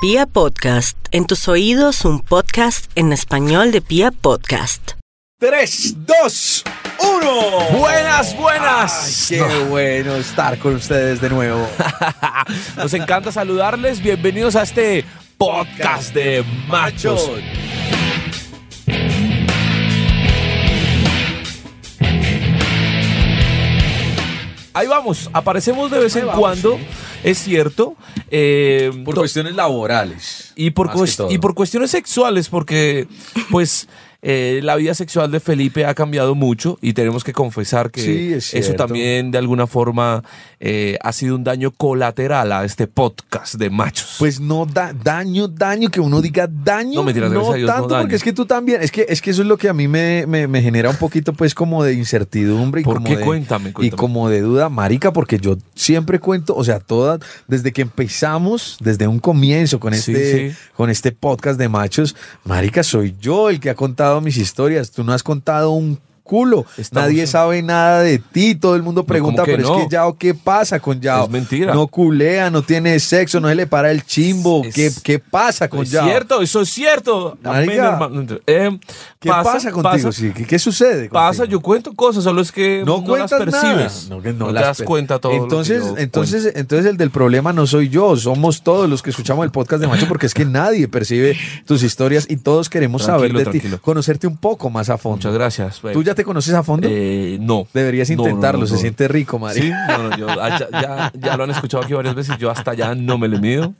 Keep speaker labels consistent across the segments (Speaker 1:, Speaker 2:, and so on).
Speaker 1: Pia Podcast, en tus oídos un podcast en español de Pia Podcast.
Speaker 2: 3, 2, 1.
Speaker 3: Buenas, buenas.
Speaker 2: Qué bueno estar con ustedes de nuevo.
Speaker 3: Nos encanta saludarles. Bienvenidos a este podcast de machos. Ahí vamos, aparecemos de vez en
Speaker 2: vamos.
Speaker 3: cuando, es cierto. eh,
Speaker 2: Por
Speaker 3: to-
Speaker 2: cuestiones laborales.
Speaker 3: y, por
Speaker 2: más que
Speaker 3: cuest-
Speaker 2: todo.
Speaker 3: y por cuestiones sexuales, porque pues eh, la vida sexual de Felipe ha cambiado mucho y tenemos que confesar que
Speaker 2: Sí, es
Speaker 3: eso
Speaker 2: cierto.
Speaker 3: también de alguna forma eh, ha sido un daño colateral a este podcast de machos.
Speaker 2: Pues no da daño, daño, que uno diga daño.
Speaker 3: No, mentira, gracias a Dios, no
Speaker 2: tanto,
Speaker 3: daño.
Speaker 2: porque es que tú también, es que, es que eso es lo que a mí me, me- me genera un poquito, pues, como de incertidumbre. Y
Speaker 3: ¿Por
Speaker 2: como
Speaker 3: qué?
Speaker 2: de-
Speaker 3: Cuéntame,
Speaker 2: Y
Speaker 3: cuéntame.
Speaker 2: como de duda, marica, porque yo siempre cuento, o sea, todas, desde que empezamos, desde un comienzo con
Speaker 3: Sí,
Speaker 2: este,
Speaker 3: sí.
Speaker 2: con este podcast de machos, marica, soy yo el que ha contado mis historias. Tú no has contado un culo.
Speaker 3: Estamos-
Speaker 2: Nadie sabe nada de ti. Todo el mundo pregunta,
Speaker 3: ¿cómo que
Speaker 2: pero
Speaker 3: no?
Speaker 2: es que Yao, ¿qué pasa con Yao?
Speaker 3: Es mentira.
Speaker 2: No culea, no tiene sexo, no se le para el chimbo.
Speaker 3: Es-
Speaker 2: ¿Qué, qué pasa con
Speaker 3: es
Speaker 2: Yao?
Speaker 3: cierto, eso es cierto.
Speaker 2: Marica,
Speaker 3: Amén, hermano. Eh,
Speaker 2: ¿Qué pasa, contigo?
Speaker 3: Pasa,
Speaker 2: Sí, ¿Qué, qué sucede?
Speaker 3: pasa,
Speaker 2: contigo?
Speaker 3: yo cuento cosas, solo es que no,
Speaker 2: No,
Speaker 3: las
Speaker 2: cuentas
Speaker 3: percibes.
Speaker 2: nada. No, que no
Speaker 3: te
Speaker 2: las
Speaker 3: das
Speaker 2: per-
Speaker 3: cuenta todo. lo que
Speaker 2: Entonces,
Speaker 3: yo
Speaker 2: entonces, entonces el del problema no soy yo, somos todos los que escuchamos el podcast de Macho porque es que nadie percibe tus historias y todos queremos saber
Speaker 3: Tranquilo,
Speaker 2: de
Speaker 3: tranquilo.
Speaker 2: ti, conocerte un poco más a fondo.
Speaker 3: Muchas gracias. babe.
Speaker 2: ¿Tú ya te conoces a fondo?
Speaker 3: Eh, no.
Speaker 2: Deberías
Speaker 3: No, no, no,
Speaker 2: intentarlo,
Speaker 3: no.
Speaker 2: se siente rico, María.
Speaker 3: Sí, no, no, yo, ah, ya, ya- ya lo han escuchado aquí varias veces, yo hasta allá no me le mido.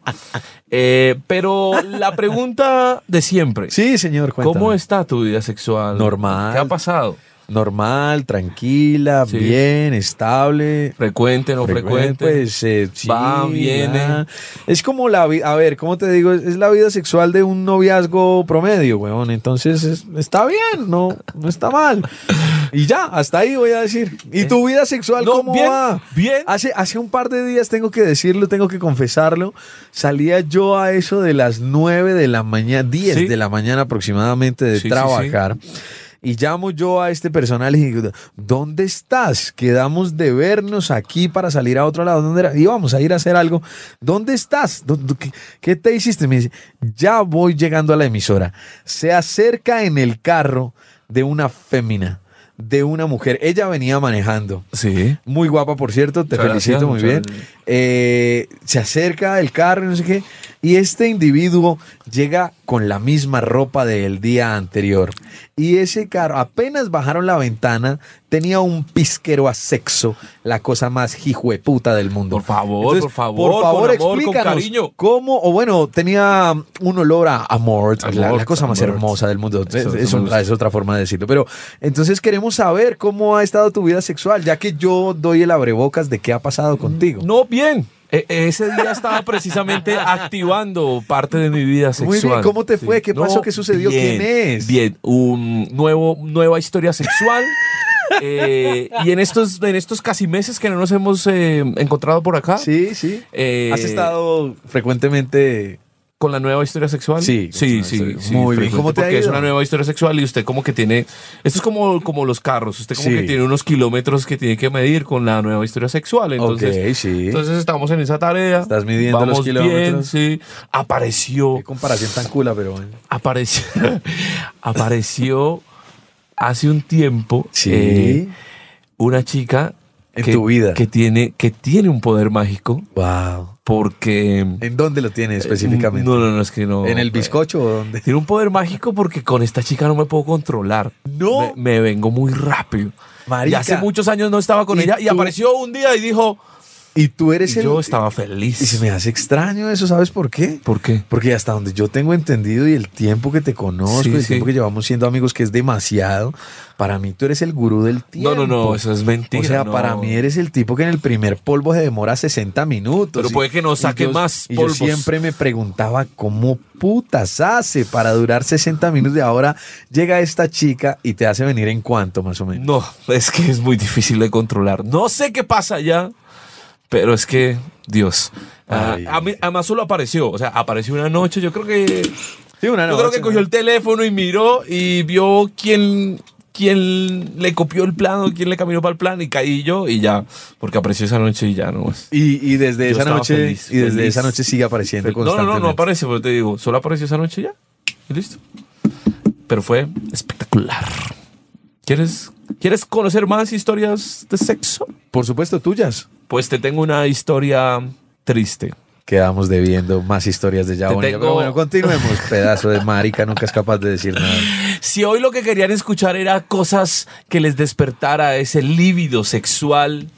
Speaker 3: Eh, pero la pregunta de siempre,
Speaker 2: Sí, señor, cuéntame.
Speaker 3: ¿cómo está tu vida sexual?
Speaker 2: Normal.
Speaker 3: ¿Qué ha pasado?
Speaker 2: Normal, tranquila,
Speaker 3: Sí.
Speaker 2: bien, estable.
Speaker 3: ¿Frecuente, no frecuente?
Speaker 2: Pues eh, sí,
Speaker 3: Va, viene.
Speaker 2: va. Es como la vida, a ver, ¿cómo te digo? Es, es la vida sexual de un noviazgo promedio, weón. Entonces es- está bien, no, no está mal. Y ya, hasta ahí voy a decir. ¿Y tu vida sexual
Speaker 3: No,
Speaker 2: cómo
Speaker 3: bien,
Speaker 2: va?
Speaker 3: bien.
Speaker 2: Hace, hace un par de días tengo que decirlo, tengo que confesarlo. Salía yo a eso de las 9 de la mañana, 10
Speaker 3: Sí.
Speaker 2: de la mañana aproximadamente de
Speaker 3: Sí, sí, sí.
Speaker 2: trabajar. Y llamo yo a este personal y digo, ¿dónde estás? Quedamos de vernos aquí para salir a otro lado. ¿Dónde era? Íbamos a ir a hacer algo. ¿Dónde estás? ¿Dó- dó- ¿Qué, qué te hiciste? Me dice, ya voy llegando a la emisora. Se acerca en el carro de una fémina, de una mujer. Ella venía manejando.
Speaker 3: sí.
Speaker 2: Muy guapa, por cierto, te
Speaker 3: Muchas
Speaker 2: felicito
Speaker 3: gracias,
Speaker 2: muy
Speaker 3: muchas
Speaker 2: bien.
Speaker 3: gracias.
Speaker 2: Eh, se acerca el carro, no sé qué, y este individuo llega con la misma ropa del día anterior. Y ese carro, apenas bajaron la ventana, tenía un pisquero a sexo, la cosa más hijueputa del mundo.
Speaker 3: Por favor, por favor,
Speaker 2: por favor,
Speaker 3: con amor, con
Speaker 2: explícanos
Speaker 3: cariño.
Speaker 2: cómo, o bueno, tenía un olor a amor,
Speaker 3: A
Speaker 2: la, la
Speaker 3: mort,
Speaker 2: cosa
Speaker 3: a
Speaker 2: más
Speaker 3: mort.
Speaker 2: hermosa del mundo.
Speaker 3: Eso-
Speaker 2: Es-
Speaker 3: eso
Speaker 2: es otra-
Speaker 3: me gusta.
Speaker 2: es otra forma de decirlo. Pero entonces queremos saber cómo ha estado tu vida sexual, ya que yo doy el abrebocas de qué ha pasado contigo.
Speaker 3: No, bien. E- ese día estaba precisamente activando parte de mi vida
Speaker 2: Muy bien,
Speaker 3: sexual.
Speaker 2: ¿cómo te fue? ¿Qué pasó? ¿Qué sucedió?
Speaker 3: bien,
Speaker 2: ¿Quién es?
Speaker 3: Bien, un nuevo, nueva historia sexual. Eh, y en estos, en estos casi meses que no nos hemos eh, encontrado por acá,
Speaker 2: Sí, sí.
Speaker 3: Eh,
Speaker 2: Has estado frecuentemente.
Speaker 3: con la nueva historia sexual.
Speaker 2: Sí,
Speaker 3: sí,
Speaker 2: con la
Speaker 3: sí,
Speaker 2: nueva historia.
Speaker 3: sí,
Speaker 2: Muy bien.
Speaker 3: frecuente,
Speaker 2: ¿Cómo te ha
Speaker 3: porque es
Speaker 2: ido?
Speaker 3: una nueva historia sexual y usted como que tiene, esto es como, como los carros, usted como
Speaker 2: Sí.
Speaker 3: que tiene unos kilómetros que tiene que medir con la nueva historia sexual. Entonces,
Speaker 2: ok, sí.
Speaker 3: entonces estamos en esa tarea.
Speaker 2: Estás midiendo los
Speaker 3: Vamos Bien,
Speaker 2: kilómetros.
Speaker 3: sí. Apareció,
Speaker 2: Qué comparación tan cula, pero bueno.
Speaker 3: apareció, apareció hace un tiempo eh, una chica
Speaker 2: En
Speaker 3: que,
Speaker 2: tu vida.
Speaker 3: que tiene que tiene un poder mágico
Speaker 2: wow.
Speaker 3: porque
Speaker 2: ¿En dónde lo tienes específicamente?
Speaker 3: Eh, No, no, no es que no. eh.
Speaker 2: ¿En el bizcocho o dónde?
Speaker 3: Tiene un poder mágico porque con esta chica no me puedo controlar.
Speaker 2: No.
Speaker 3: Me, me vengo muy rápido.
Speaker 2: Marica.
Speaker 3: Y hace muchos años no estaba con
Speaker 2: ¿Y
Speaker 3: ella y
Speaker 2: tú?
Speaker 3: apareció un día y dijo,
Speaker 2: Y tú eres
Speaker 3: y
Speaker 2: el.
Speaker 3: yo estaba
Speaker 2: Y se
Speaker 3: feliz.
Speaker 2: me hace extraño eso, ¿sabes por qué?
Speaker 3: ¿Por qué?
Speaker 2: Porque hasta donde yo tengo entendido y el tiempo que te conozco,
Speaker 3: Sí,
Speaker 2: el
Speaker 3: sí.
Speaker 2: tiempo que llevamos siendo amigos, que es demasiado, para mí tú eres el gurú del tiempo.
Speaker 3: No, no, no, eso es mentira.
Speaker 2: O sea,
Speaker 3: no.
Speaker 2: para mí eres el tipo que en el primer polvo se demora 60 minutos.
Speaker 3: Pero puede que nos saque
Speaker 2: y yo-
Speaker 3: más
Speaker 2: y
Speaker 3: polvos.
Speaker 2: Yo siempre me preguntaba cómo putas hace para durar 60 minutos de ahora llega esta chica y te hace venir en cuánto más o menos.
Speaker 3: No, es que es muy difícil de controlar. No sé qué pasa ya, pero es que, Dios. Ah,
Speaker 2: Ay.
Speaker 3: a mí- además solo apareció, o sea, apareció una noche, yo creo que...
Speaker 2: Sí, una
Speaker 3: yo creo
Speaker 2: noche,
Speaker 3: que cogió
Speaker 2: ¿no?
Speaker 3: el teléfono y miró y vio quién, quién le copió el plan o quién le caminó para el plan y caí yo y ya, porque apareció esa noche y ya no más.
Speaker 2: Y, y desde
Speaker 3: Yo
Speaker 2: esa
Speaker 3: estaba
Speaker 2: noche,
Speaker 3: feliz,
Speaker 2: y desde
Speaker 3: feliz.
Speaker 2: esa noche sigue apareciendo
Speaker 3: No, no, no,
Speaker 2: constantemente.
Speaker 3: no aparece, pero te digo, solo apareció esa noche y ya. Y listo. Pero fue espectacular. ¿Quieres, ¿Quieres conocer más historias de sexo?
Speaker 2: Por supuesto, tuyas.
Speaker 3: Pues te tengo una historia triste.
Speaker 2: Quedamos debiendo más historias de ya
Speaker 3: Te
Speaker 2: bonito. Pero
Speaker 3: tengo-
Speaker 2: bueno, continuemos, pedazo de marica, nunca es capaz de decir nada.
Speaker 3: Si hoy lo que querían escuchar era cosas que les despertara ese lívido sexual,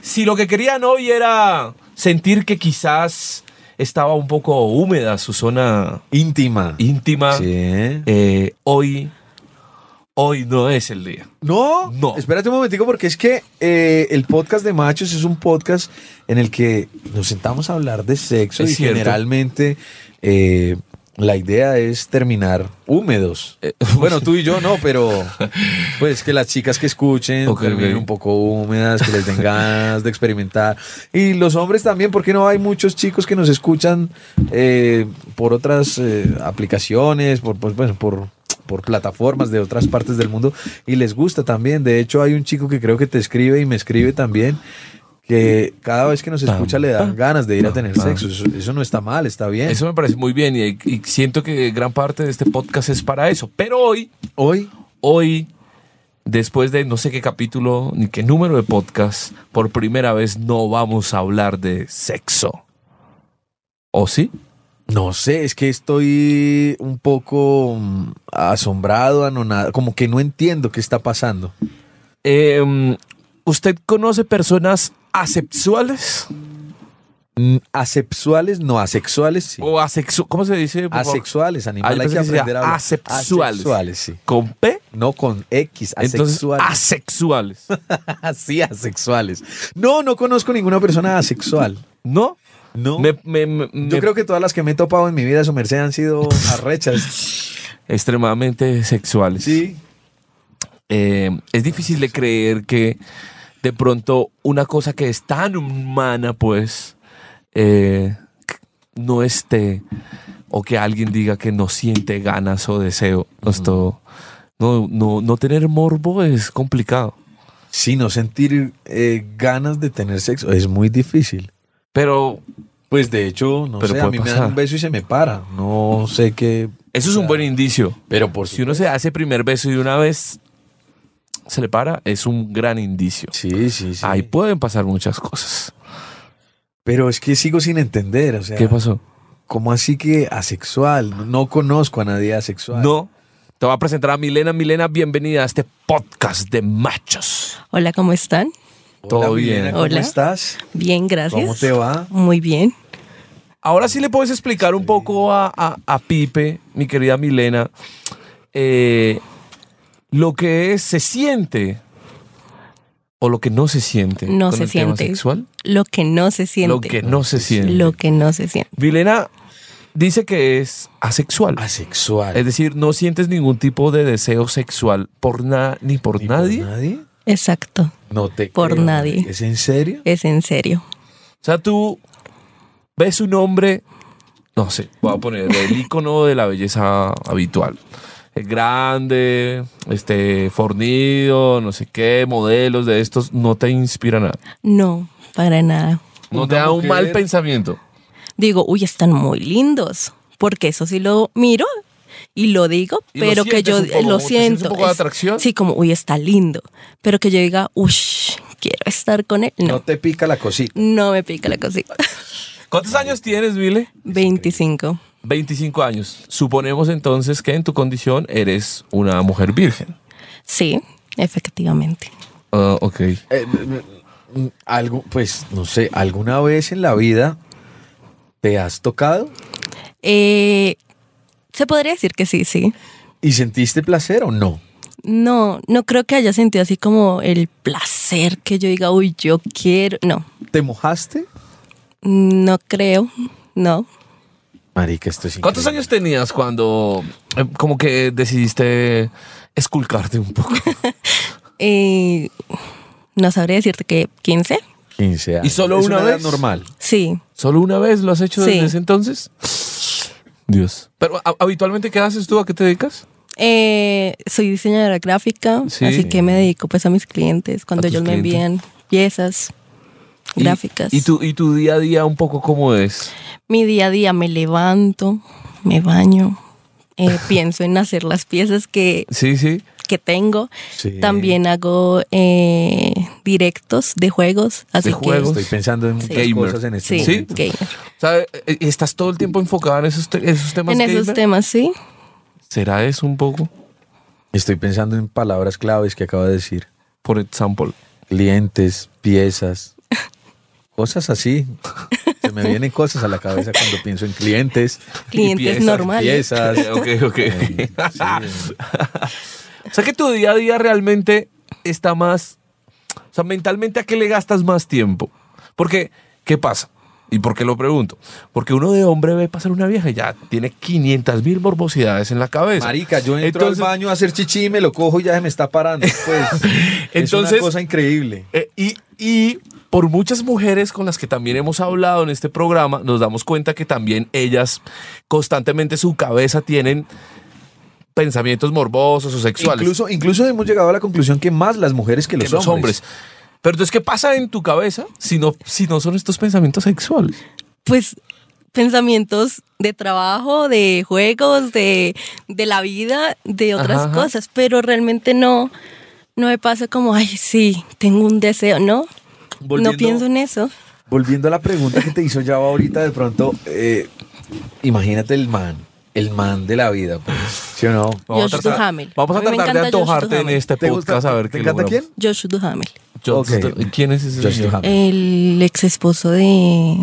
Speaker 3: si lo que querían hoy era sentir que quizás estaba un poco húmeda su zona
Speaker 2: Íntima.
Speaker 3: íntima,
Speaker 2: Sí.
Speaker 3: eh, hoy, hoy no es el día.
Speaker 2: No,
Speaker 3: No.
Speaker 2: Espérate un momentico porque es que eh, el podcast de machos es un podcast en el que nos sentamos a hablar de sexo
Speaker 3: Es
Speaker 2: y
Speaker 3: cierto.
Speaker 2: generalmente eh, la idea es terminar húmedos.
Speaker 3: Eh,
Speaker 2: bueno, tú y yo no, pero pues que las chicas que escuchen
Speaker 3: Ok,
Speaker 2: terminen
Speaker 3: ok.
Speaker 2: un poco húmedas, que les den ganas de experimentar. Y los hombres también, porque no hay muchos chicos que nos escuchan eh, por otras eh, aplicaciones, por, pues, bueno, por, por plataformas de otras partes del mundo y les gusta también. De hecho, hay un chico que creo que te escribe y me escribe también. Que cada vez que nos
Speaker 3: Pam,
Speaker 2: escucha le dan
Speaker 3: pam,
Speaker 2: ganas de ir a
Speaker 3: pam,
Speaker 2: tener
Speaker 3: pam.
Speaker 2: sexo. Eso, eso no está mal, está bien.
Speaker 3: ah. Eso me parece muy bien y, y siento que gran parte de este podcast es para eso. Pero hoy,
Speaker 2: Hoy,
Speaker 3: hoy, después de no sé qué capítulo ni qué número de podcast, por primera vez no vamos a hablar de sexo. ¿O sí?
Speaker 2: no sé, es que estoy un poco mm, asombrado, anonadado, como que no entiendo qué está pasando.
Speaker 3: Eh, ¿Usted conoce personas asexuales?
Speaker 2: Mm, Asexuales, no asexuales, sí.
Speaker 3: ¿O asexu ¿Cómo se dice? Oh, por favor?
Speaker 2: Asexuales,
Speaker 3: Ah,
Speaker 2: animal,
Speaker 3: yo
Speaker 2: hay
Speaker 3: pensé
Speaker 2: que
Speaker 3: que decía
Speaker 2: aprender a hablar.
Speaker 3: asexuales.
Speaker 2: Asexuales, sí.
Speaker 3: ¿Con P?
Speaker 2: No con X,
Speaker 3: Entonces,
Speaker 2: asexuales.
Speaker 3: asexuales.
Speaker 2: Así, asexuales. No, no conozco ninguna persona asexual.
Speaker 3: ¿No?
Speaker 2: No.
Speaker 3: Me- me- me-
Speaker 2: Yo
Speaker 3: me-
Speaker 2: creo que todas las que me he topado en mi vida, su merced, han sido arrechas.
Speaker 3: Extremadamente sexuales.
Speaker 2: Sí.
Speaker 3: Eh, es difícil de creer que de pronto una cosa que es tan humana, pues, eh, c- no esté, o que alguien diga que no siente ganas o deseo. Esto, no, no, no tener morbo es complicado.
Speaker 2: Sí, no sentir eh, ganas de tener sexo es muy difícil.
Speaker 3: Pero
Speaker 2: Pues de hecho, no
Speaker 3: Pero
Speaker 2: sé, a mí
Speaker 3: puede
Speaker 2: me
Speaker 3: pasar.
Speaker 2: dan un beso y se me para. No sé qué.
Speaker 3: eso es un buen indicio.
Speaker 2: Pero por
Speaker 3: Si uno se hace primer beso y de una vez se le para, es un gran indicio.
Speaker 2: Sí, sí, sí.
Speaker 3: Ahí pueden pasar muchas cosas.
Speaker 2: Pero es que sigo sin entender. O sea,
Speaker 3: ¿Qué pasó?
Speaker 2: ¿cómo así que asexual? No, no conozco a nadie asexual.
Speaker 3: No. Te voy a presentar a Milena. Milena, bienvenida a este podcast de machos.
Speaker 4: Hola, ¿cómo están?
Speaker 2: Hola,
Speaker 3: todo bien.
Speaker 2: Milena, ¿Cómo
Speaker 4: Hola.
Speaker 2: estás?
Speaker 4: Bien, gracias.
Speaker 2: ¿Cómo te va?
Speaker 4: Muy bien.
Speaker 3: Ahora sí le puedes explicar un poco a, a- a Pipe, mi querida Milena, eh, lo que es- se siente o lo que no se siente.
Speaker 4: No
Speaker 3: con
Speaker 4: se
Speaker 3: el tema
Speaker 4: siente.
Speaker 3: sexual.
Speaker 4: Lo que no se siente.
Speaker 3: Lo que no se siente.
Speaker 4: Lo que no se siente.
Speaker 3: Milena dice que es asexual.
Speaker 2: Asexual.
Speaker 3: Es decir, no sientes ningún tipo de deseo sexual por nada ni por
Speaker 2: ¿Ni
Speaker 3: nadie.
Speaker 2: por nadie?
Speaker 4: Exacto.
Speaker 2: No te
Speaker 4: Por
Speaker 2: creo.
Speaker 4: nadie.
Speaker 2: ¿Es en serio?
Speaker 4: Es en serio.
Speaker 3: O sea, tú ves un hombre, no sé, voy a poner el icono de la belleza habitual. Es grande, este, fornido, no sé qué, modelos de estos, no te inspira nada.
Speaker 4: No, para nada.
Speaker 3: No
Speaker 2: Una
Speaker 3: te da un
Speaker 2: mujer.
Speaker 3: mal pensamiento.
Speaker 4: Digo, uy, están muy lindos. Porque eso sí lo miro y lo digo,
Speaker 3: Y lo
Speaker 4: pero que
Speaker 3: sientes
Speaker 4: yo
Speaker 3: un poco,
Speaker 4: lo
Speaker 3: ¿te sientes
Speaker 4: siento.
Speaker 3: un poco de atracción?
Speaker 4: Sí, como, uy, está lindo. Pero que yo diga, uy, quiero estar con él.
Speaker 2: No
Speaker 4: No,
Speaker 2: te pica la cosita.
Speaker 4: no me pica la cosita.
Speaker 3: ¿Cuántos años tienes, Vile?
Speaker 4: 25.
Speaker 3: 25 años. Suponemos entonces que en tu condición eres una mujer virgen.
Speaker 4: Sí, efectivamente.
Speaker 3: Ah, ok.
Speaker 2: Eh, mm, mm, algo, pues no sé, ¿alguna vez en la vida te has tocado
Speaker 4: Eh, Se podría decir que sí, sí.
Speaker 2: y sentiste placer o no?
Speaker 4: No, no creo que haya sentido así como el placer que yo diga, uy, yo quiero. No,
Speaker 2: ¿Te mojaste?
Speaker 4: no creo, no.
Speaker 2: Marica, esto es
Speaker 3: ¿Cuántos
Speaker 2: increíble.
Speaker 3: años tenías cuando eh, como que decidiste esculcarte un poco?
Speaker 4: Eh, no sabría decirte que 15.
Speaker 2: 15 años.
Speaker 3: solo
Speaker 2: Es
Speaker 3: una
Speaker 2: edad
Speaker 3: vez?
Speaker 2: normal.
Speaker 4: Sí,
Speaker 3: ¿Solo una vez lo has hecho
Speaker 4: Sí.
Speaker 3: desde ese entonces? Dios. Pero ¿ha- habitualmente, ¿qué haces tú? ¿A qué te dedicas?
Speaker 4: Eh, soy diseñadora gráfica,
Speaker 3: Sí.
Speaker 4: así que me dedico pues a mis clientes cuando
Speaker 3: A tus
Speaker 4: ellos me
Speaker 3: clientes.
Speaker 4: envían piezas
Speaker 3: Y-
Speaker 4: gráficas.
Speaker 3: Y, tu, y tu día a día un poco cómo es.
Speaker 4: Mi día a día me levanto, me baño, eh, pienso en hacer las piezas que,
Speaker 3: Sí, sí.
Speaker 4: que tengo.
Speaker 2: Sí.
Speaker 4: También hago eh, directos de juegos, así que
Speaker 3: juegos.
Speaker 2: Estoy pensando en muchas
Speaker 3: Gamer.
Speaker 2: cosas en este
Speaker 4: sí,
Speaker 3: ¿Sí?
Speaker 2: momento.
Speaker 4: gamer.
Speaker 3: O sea, eh, eh, ¿Estás todo el tiempo enfocada en esos, te- esos temas?
Speaker 4: en esos
Speaker 3: gamer?
Speaker 4: temas, sí.
Speaker 3: ¿Será eso un poco?
Speaker 2: Estoy pensando en palabras claves que acaba de decir.
Speaker 3: Por ejemplo.
Speaker 2: Clientes, piezas, cosas así. Se me vienen cosas a la cabeza cuando pienso en clientes,
Speaker 4: Clientes
Speaker 3: piezas,
Speaker 4: normales.
Speaker 2: piezas. Ah,
Speaker 3: ok, ok.
Speaker 2: Sí.
Speaker 3: O sea que tu día a día realmente está más... O sea, mentalmente a qué le gastas más tiempo. Porque, ¿qué pasa? ¿Y por qué lo pregunto? Porque uno de hombre ve pasar una vieja y ya tiene 500 mil morbosidades en la cabeza.
Speaker 2: Marica, yo entro
Speaker 3: Entonces-
Speaker 2: al baño a hacer chichi y me lo cojo y ya se me está parando. Pues, es
Speaker 3: Entonces-
Speaker 2: una cosa increíble.
Speaker 3: Eh, y, y por muchas mujeres con las que también hemos hablado en este programa, nos damos cuenta que también ellas constantemente su cabeza tienen pensamientos morbosos o sexuales.
Speaker 2: Incluso, incluso hemos llegado a la conclusión que más las mujeres que
Speaker 3: que
Speaker 2: los,
Speaker 3: los hombres. Pero entonces, ¿qué pasa en tu cabeza si no, si no son estos pensamientos sexuales?
Speaker 4: Pues pensamientos de trabajo, de juegos, de, de la vida, de otras
Speaker 3: Ajá, ajá.
Speaker 4: cosas, pero realmente no, no me pasa como, ay, sí, tengo un deseo, ¿no? No pienso en eso.
Speaker 2: Volviendo a la pregunta que te hizo Java ahorita, de pronto, eh, imagínate el man, el man de la vida, pues, ¿sí o no?
Speaker 3: Este
Speaker 4: Josh Duhamel.
Speaker 3: vamos a
Speaker 4: A mí me
Speaker 3: tratar de
Speaker 4: encanta Josh
Speaker 3: antojarte en
Speaker 4: Duhamel.
Speaker 3: este
Speaker 2: ¿Te
Speaker 3: podcast
Speaker 2: gusta-
Speaker 3: a ver
Speaker 2: ¿te
Speaker 3: qué
Speaker 2: encanta
Speaker 3: logramos.
Speaker 2: quién?
Speaker 4: Josh Duhamel,
Speaker 3: Josh
Speaker 2: Ok.
Speaker 3: Duhamel. ¿Quién es ese
Speaker 2: Josh
Speaker 3: señor?
Speaker 2: Duhamel.
Speaker 4: el ex esposo de,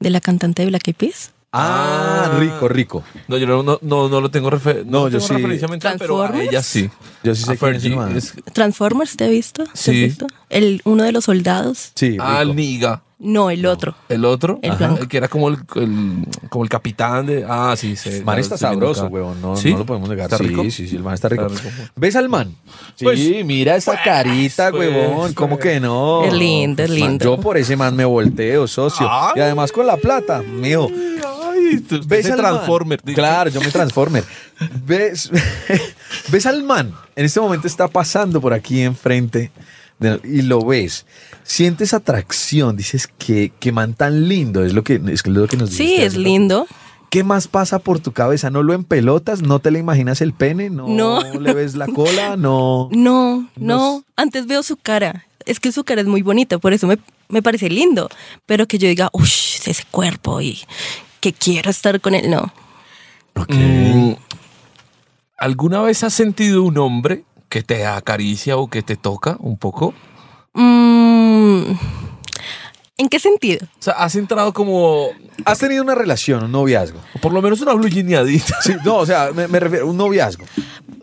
Speaker 4: de la cantante de Black Eyed Peas.
Speaker 2: Ah,
Speaker 3: Ah.
Speaker 2: rico, rico.
Speaker 3: No, yo no, no, no, no lo tengo, refer
Speaker 2: No,
Speaker 3: no lo
Speaker 2: yo
Speaker 3: tengo
Speaker 2: sí.
Speaker 3: referencia mental, pero a
Speaker 4: ¿Transformers?
Speaker 3: ella sí.
Speaker 2: Yo sí
Speaker 3: A
Speaker 2: sé quién es el
Speaker 3: Fergie
Speaker 2: man.
Speaker 3: es-
Speaker 4: Transformers, ¿te has visto? ¿Te has
Speaker 3: Sí.
Speaker 4: visto? El, uno de los soldados.
Speaker 2: Sí, rico.
Speaker 3: Ah, el
Speaker 4: Eh,
Speaker 3: Niga.
Speaker 4: No, el otro.
Speaker 3: El otro,
Speaker 4: El
Speaker 3: Ajá.
Speaker 4: blanco.
Speaker 3: El que era como el, el- como el capitán de. Ah, sí, sí.
Speaker 2: El man está sabroso,
Speaker 3: huevón.
Speaker 2: huevón. No, no lo podemos negar.
Speaker 3: ¿Está rico?
Speaker 2: Sí, sí, sí, el man está rico.
Speaker 3: Está rico.
Speaker 2: ¿Ves al man? Sí,
Speaker 3: Pues,
Speaker 2: mira esa carita,
Speaker 3: pues,
Speaker 2: huevón. ¿Cómo
Speaker 3: pues.
Speaker 2: que no?
Speaker 4: Es lindo, es
Speaker 2: Pues, man,
Speaker 4: lindo.
Speaker 2: Yo por ese man me volteo, socio.
Speaker 3: Ay.
Speaker 2: Y además con la plata, mijo.
Speaker 3: Ay, tú- usted
Speaker 2: ¿Ves
Speaker 3: se
Speaker 2: al
Speaker 3: Transformer.
Speaker 2: man? Claro, yo me transformer. ¿Ves, ¿Ves al man? En este momento está pasando por aquí enfrente de- y lo ves. Sientes atracción, dices que, que man tan lindo, es lo que, es lo que nos
Speaker 4: Sí,
Speaker 2: dijiste
Speaker 4: es
Speaker 2: hace
Speaker 4: lindo.
Speaker 2: ¿Qué más pasa por tu cabeza? ¿No lo empelotas? ¿No te le imaginas el pene? ¿No,
Speaker 4: No.
Speaker 2: le ves la cola? ¿No?
Speaker 4: No,
Speaker 2: No
Speaker 4: no. Antes veo su cara. Es que su cara es muy bonita, por eso me, me parece lindo. Pero que yo diga, uff, ese cuerpo y que quiero estar con él. No.
Speaker 3: Mm, ¿Alguna vez has sentido un hombre que te acaricia o que te toca un poco?
Speaker 4: Mm, ¿En qué sentido?
Speaker 3: O sea, has entrado como.
Speaker 2: ¿Has tenido una relación, un noviazgo?
Speaker 3: Por lo menos una blue jeaneadita.
Speaker 2: Sí, no, o sea, me, me refiero a un noviazgo.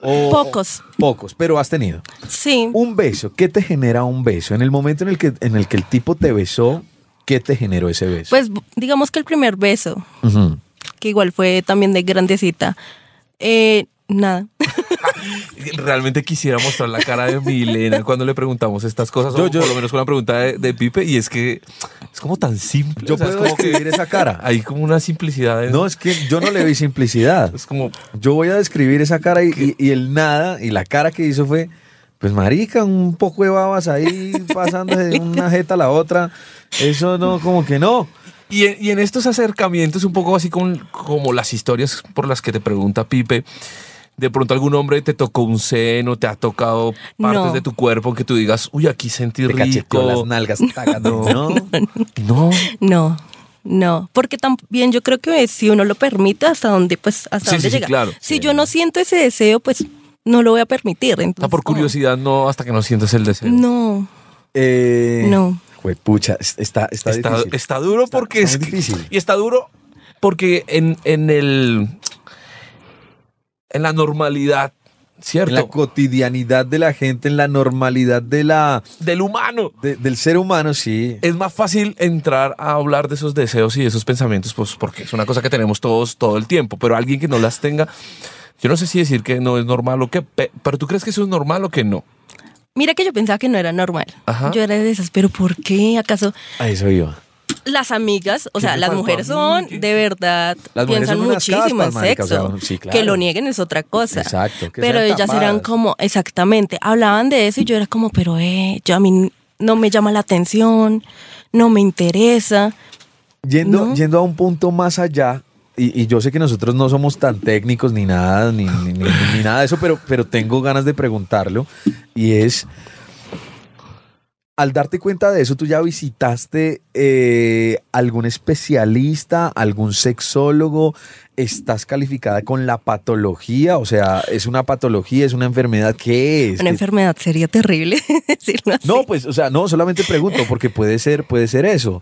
Speaker 2: O-
Speaker 4: Pocos.
Speaker 2: Pocos, pero has tenido.
Speaker 4: Sí.
Speaker 2: Un beso, ¿qué te genera un beso? En el momento en el que, en el, que el tipo te besó, ¿qué te generó ese beso?
Speaker 4: Pues digamos que el primer beso,
Speaker 2: Ujú.
Speaker 4: que igual fue también de grandecita. Eh, nada.
Speaker 3: Realmente quisiera mostrar la cara de Milena cuando le preguntamos estas cosas,
Speaker 2: Yo-
Speaker 3: o
Speaker 2: yo-
Speaker 3: por lo menos con la pregunta de, de Pipe, y es que es como tan simple.
Speaker 2: Yo
Speaker 3: o sea, es
Speaker 2: puedo
Speaker 3: como que
Speaker 2: describir esa cara.
Speaker 3: hay como una simplicidad. en-
Speaker 2: No, es que yo no le vi simplicidad.
Speaker 3: es como.
Speaker 2: Yo voy a describir esa cara y, y- y el nada, y la cara que hizo fue, pues marica, un poco de babas ahí pasándose de una jeta a la otra. Eso no, como que no.
Speaker 3: Y en, y en estos acercamientos, un poco así con, como las historias por las que te pregunta Pipe, de pronto algún hombre te tocó un seno, te ha tocado partes
Speaker 4: No.
Speaker 3: de tu cuerpo que tú digas, uy, aquí sentí
Speaker 2: Te cacheteó las
Speaker 3: rico.
Speaker 2: nalgas, tácate, ¿no?
Speaker 3: No,
Speaker 4: No, no, porque también yo creo que si uno lo permite hasta donde pues hasta
Speaker 3: Sí,
Speaker 4: donde
Speaker 3: sí, sí,
Speaker 4: llega.
Speaker 3: claro.
Speaker 4: Si yo no siento ese deseo, pues no lo voy a permitir.
Speaker 3: O
Speaker 4: Entonces,
Speaker 3: sea, por
Speaker 4: como-
Speaker 3: curiosidad, no, hasta que no sientas el deseo.
Speaker 4: No,
Speaker 2: Eh,
Speaker 4: No.
Speaker 2: juepucha, es- está, está,
Speaker 3: Está,
Speaker 2: difícil.
Speaker 3: está duro
Speaker 2: Está-
Speaker 3: porque
Speaker 2: está
Speaker 3: es
Speaker 2: muy
Speaker 3: que-
Speaker 2: difícil.
Speaker 3: Y está duro porque en, en el. En la normalidad,
Speaker 2: En la
Speaker 3: ¿cierto?
Speaker 2: cotidianidad de la gente, en la normalidad de la,
Speaker 3: Del humano.
Speaker 2: de- del ser humano, sí.
Speaker 3: es más fácil entrar a hablar de esos deseos y de esos pensamientos, pues porque es una cosa que tenemos todos todo el tiempo, pero alguien que no las tenga, yo no sé si decir que no es normal o qué, pe- pero tú crees que eso es normal o que no.
Speaker 4: mira que yo pensaba que no era normal.
Speaker 3: Ajá.
Speaker 2: Eh.
Speaker 4: Yo era de esas, pero ¿por qué? ¿Acaso
Speaker 2: A eso iba.
Speaker 4: las amigas, o sea,
Speaker 3: me
Speaker 4: las
Speaker 3: faltó a
Speaker 4: mujeres
Speaker 3: mí?
Speaker 4: son
Speaker 3: ¿Qué?
Speaker 4: de verdad,
Speaker 2: Las mujeres
Speaker 4: piensan
Speaker 2: son unas
Speaker 4: muchísimo
Speaker 2: caspas,
Speaker 4: en
Speaker 2: marica, o sea,
Speaker 4: sexo.
Speaker 2: sí, claro.
Speaker 4: Que lo nieguen es otra cosa.
Speaker 2: Exacto, que
Speaker 4: pero
Speaker 2: sean
Speaker 4: ellas eran
Speaker 2: tapadas.
Speaker 4: como, exactamente, hablaban de eso y yo era como, pero eh, yo a mí no me llama la atención, no me interesa.
Speaker 2: Yendo,
Speaker 4: ¿No?
Speaker 2: yendo a un punto más allá, y, y yo sé que nosotros no somos tan técnicos ni nada, ni, ni- ni- ni nada de eso, pero, pero tengo ganas de preguntarlo, y es, al darte cuenta de eso, ¿tú ya visitaste eh, algún especialista, algún sexólogo? ¿Estás calificada con la patología? O sea, ¿es una patología, es una enfermedad? ¿Qué es?
Speaker 4: Una
Speaker 2: ¿Qué-
Speaker 4: enfermedad sería terrible decirlo así.
Speaker 2: No, pues, o sea, no, solamente pregunto, porque puede ser, puede ser eso.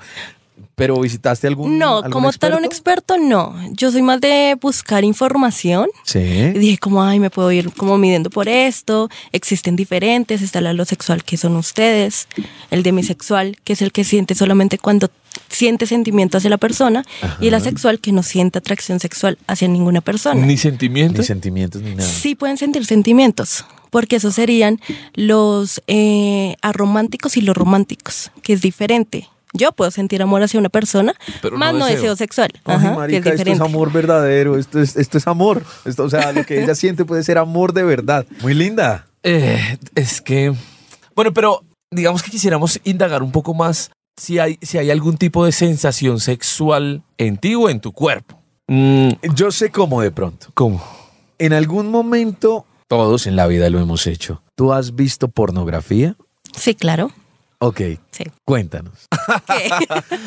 Speaker 2: Pero visitaste algún.
Speaker 4: No,
Speaker 2: algún
Speaker 4: como tal un
Speaker 2: experto?
Speaker 4: experto, no. Yo soy más de buscar información. Y
Speaker 2: Sí.
Speaker 4: dije como, ay, me puedo ir como midiendo por esto, existen diferentes, está el alosexual que son ustedes, el demisexual que es el que siente solamente cuando siente sentimiento hacia la persona y el asexual que no siente atracción sexual hacia ninguna persona.
Speaker 3: Ni sentimiento.
Speaker 2: Ni sentimientos ni nada.
Speaker 4: Sí pueden sentir sentimientos, porque esos serían los eh, arománticos y los románticos, que es diferente. Yo puedo sentir amor hacia una persona,
Speaker 3: Pero
Speaker 4: más
Speaker 3: no
Speaker 4: no,
Speaker 3: deseo.
Speaker 4: deseo. sexual,
Speaker 2: Ay,
Speaker 4: ajá,
Speaker 2: marica,
Speaker 4: que es
Speaker 2: esto es
Speaker 4: diferente.
Speaker 2: amor verdadero, esto es, esto es amor. Esto, o sea, lo que ella siente puede ser amor de verdad. Muy linda.
Speaker 3: Eh, es que. Bueno, pero digamos que quisiéramos indagar un poco más si hay, si hay algún tipo de sensación sexual en ti o en tu cuerpo. Mm,
Speaker 2: Yo sé cómo de pronto.
Speaker 3: ¿Cómo?
Speaker 2: En algún momento, todos en la vida lo hemos hecho. ¿Tú has visto pornografía?
Speaker 4: Sí, claro.
Speaker 2: Ok,
Speaker 4: Sí.
Speaker 2: cuéntanos.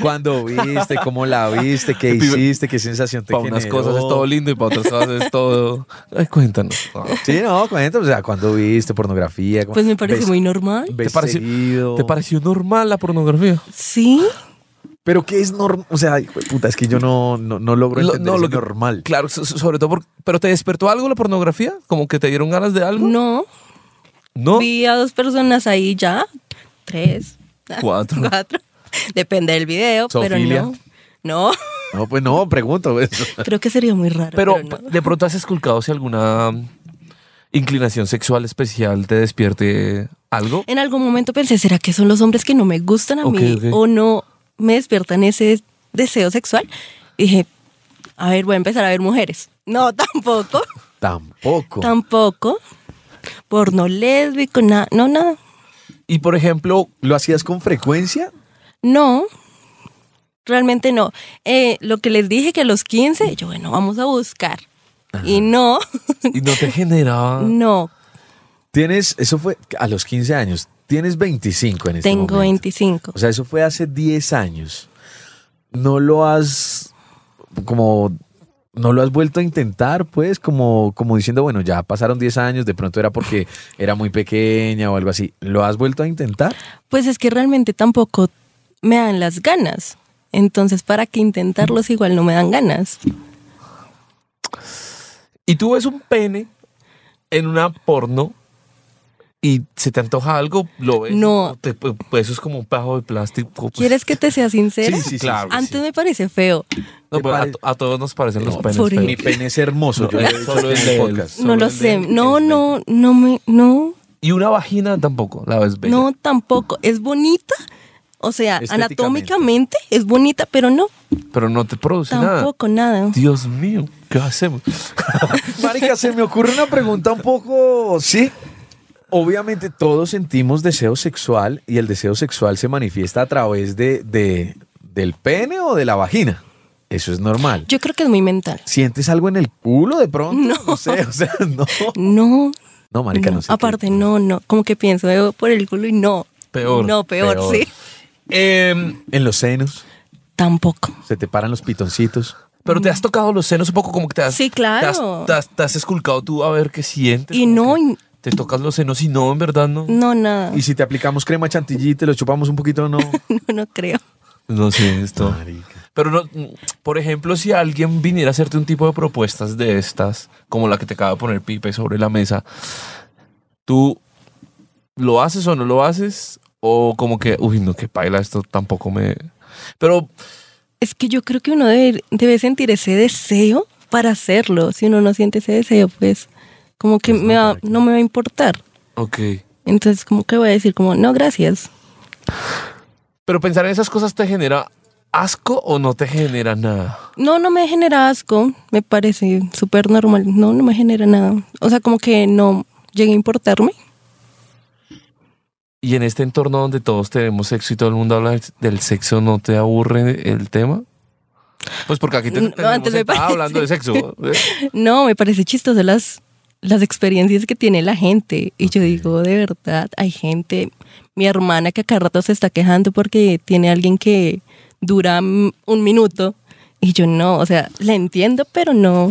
Speaker 2: ¿Cuándo viste? ¿Cómo la viste? ¿Qué
Speaker 3: Pibe,
Speaker 2: hiciste? ¿Qué sensación te
Speaker 3: Para unas
Speaker 2: generó?
Speaker 3: cosas es todo lindo y para otras cosas es todo. Ay, cuéntanos. Ah.
Speaker 2: Sí, no, cuéntanos, o sea, ¿cuándo viste pornografía?
Speaker 4: Pues me parece
Speaker 2: ¿Ves-
Speaker 4: muy normal.
Speaker 2: ves
Speaker 3: ¿Te pareció-
Speaker 2: seguido?
Speaker 3: ¿Te pareció normal la pornografía?
Speaker 4: Sí.
Speaker 2: Pero que es normal, o sea, hijo de puta, es que yo no, no, no logro
Speaker 3: Lo-
Speaker 2: entender
Speaker 3: no,
Speaker 2: ese
Speaker 3: lo que-
Speaker 2: normal.
Speaker 3: Claro, so- so- sobre todo por- ¿Pero te despertó algo la pornografía? ¿Como que te dieron ganas de algo?
Speaker 4: No,
Speaker 3: No.
Speaker 4: vi a dos personas ahí ya, tres,
Speaker 3: Cuatro.
Speaker 4: cuatro, depende del video,
Speaker 2: Zoofilia.
Speaker 4: pero no, no,
Speaker 2: No, pues no, pregunto. pues.
Speaker 4: creo que sería muy raro.
Speaker 3: Pero,
Speaker 4: Pero, no.
Speaker 3: de pronto has esculcado si alguna mm, inclinación sexual especial te despierte algo.
Speaker 4: en algún momento pensé, ¿será que son los hombres que no me gustan a
Speaker 3: Ok,
Speaker 4: mí
Speaker 3: ok.
Speaker 4: o no me despiertan ese deseo sexual? Y dije, a ver, voy a empezar a ver mujeres. No, tampoco,
Speaker 2: Tampoco.
Speaker 4: tampoco. Porno lésbico, nada, no, nada.
Speaker 3: Y por ejemplo,
Speaker 2: ¿Lo hacías con frecuencia?
Speaker 4: No, realmente no. Eh, lo que les dije que a los 15, yo, bueno, vamos a buscar. Y no,
Speaker 3: y no te generaba.
Speaker 4: no,
Speaker 2: Tienes, eso fue a los 15 años, tienes 25 en este
Speaker 4: tengo
Speaker 2: momento.
Speaker 4: 25.
Speaker 2: O sea, eso fue hace 10 años. No lo has como no lo has vuelto a intentar, pues, como, como diciendo, bueno, ya pasaron 10 años, de pronto era porque era muy pequeña o algo así. ¿Lo has vuelto a intentar?
Speaker 4: Pues es que realmente tampoco me dan las ganas. Entonces, ¿para qué intentarlos? Igual no me dan ganas.
Speaker 3: Y tú ves un pene en una porno y se te antoja algo, lo ves.
Speaker 4: No.
Speaker 3: O te- pues, eso es como un pajo de plástico. pues.
Speaker 4: ¿Quieres que te sea sincera?
Speaker 2: Sí, sí, sí,
Speaker 3: claro. que
Speaker 4: Antes
Speaker 3: sí.
Speaker 4: me parece feo.
Speaker 3: No, pero a,
Speaker 2: pare-
Speaker 3: to- a todos nos parecen los penes.
Speaker 4: por
Speaker 3: feos.
Speaker 2: Mi pene es hermoso, yo
Speaker 3: No,
Speaker 2: lo he dicho aquí
Speaker 3: solo el
Speaker 2: en el
Speaker 3: de él.
Speaker 2: podcast.
Speaker 4: No lo sé. No, no, no me, no,
Speaker 3: Y una vagina tampoco la ves bella.
Speaker 4: no tampoco. Es bonita. O sea,
Speaker 2: Estéticamente.
Speaker 4: anatómicamente es bonita, pero no,
Speaker 3: Pero no te produce nada.
Speaker 4: tampoco nada.
Speaker 3: Dios mío, ¿qué hacemos?
Speaker 2: Marica, se me ocurre una pregunta un poco, sí. Obviamente todos sentimos deseo sexual y el deseo sexual se manifiesta a través de, de- del pene o de la vagina. Eso es normal.
Speaker 4: Yo creo que es muy mental.
Speaker 2: ¿Sientes algo en el culo de pronto? No, sé, o sea, no.
Speaker 4: No.
Speaker 2: No, marica, no,
Speaker 4: no.
Speaker 2: sé.
Speaker 4: Aparte, no, no. Como que pienso veo por el culo y no.
Speaker 3: Peor,
Speaker 4: No, peor,
Speaker 2: peor.
Speaker 4: sí.
Speaker 3: Em,
Speaker 2: En los senos
Speaker 4: Tampoco.
Speaker 2: se te paran los pitoncitos.
Speaker 3: pero te has tocado los senos un poco como que te has.
Speaker 4: Sí, claro.
Speaker 3: Te has, te has- te has esculcado tú a ver qué sientes.
Speaker 4: Y
Speaker 3: como
Speaker 4: no,
Speaker 3: que
Speaker 4: y-
Speaker 3: Te tocas los senos y no, en verdad no.
Speaker 4: No, nada.
Speaker 2: Y si te aplicamos crema chantilly, te lo chupamos un poquito, no.
Speaker 4: No, no creo.
Speaker 3: No sé, esto.
Speaker 2: Marica.
Speaker 3: Pero, no, por ejemplo, si alguien viniera a hacerte un tipo de propuestas de estas, como la que te acaba de poner Pipe sobre la mesa, ¿tú lo haces o no lo haces? O como que, uy, no, que paila, esto tampoco me... Pero
Speaker 4: Es que yo creo que uno debe, debe sentir ese deseo para hacerlo. Si uno no siente ese deseo, pues como que me va- no me va a importar.
Speaker 3: Ok.
Speaker 4: Entonces, como que voy a decir como, no, gracias.
Speaker 3: Pero pensar en esas cosas te genera asco o no te genera nada?
Speaker 4: No, no me genera asco, me parece súper normal. No, no me genera nada. O sea, como que no llegué a importarme.
Speaker 3: Y en este entorno donde todos tenemos sexo y todo el mundo habla del sexo, ¿no te aburre el tema? Pues porque aquí te
Speaker 4: No,
Speaker 3: tenemos
Speaker 4: antes me
Speaker 3: sentada
Speaker 4: parece.
Speaker 3: hablando de sexo. ¿eh?
Speaker 4: No, me parece chistoso las, las experiencias que tiene la gente. Y yo digo, de verdad, hay gente, mi hermana que a cada rato se está quejando porque tiene alguien que dura mm, un minuto. Y yo no, o sea, la entiendo, pero no,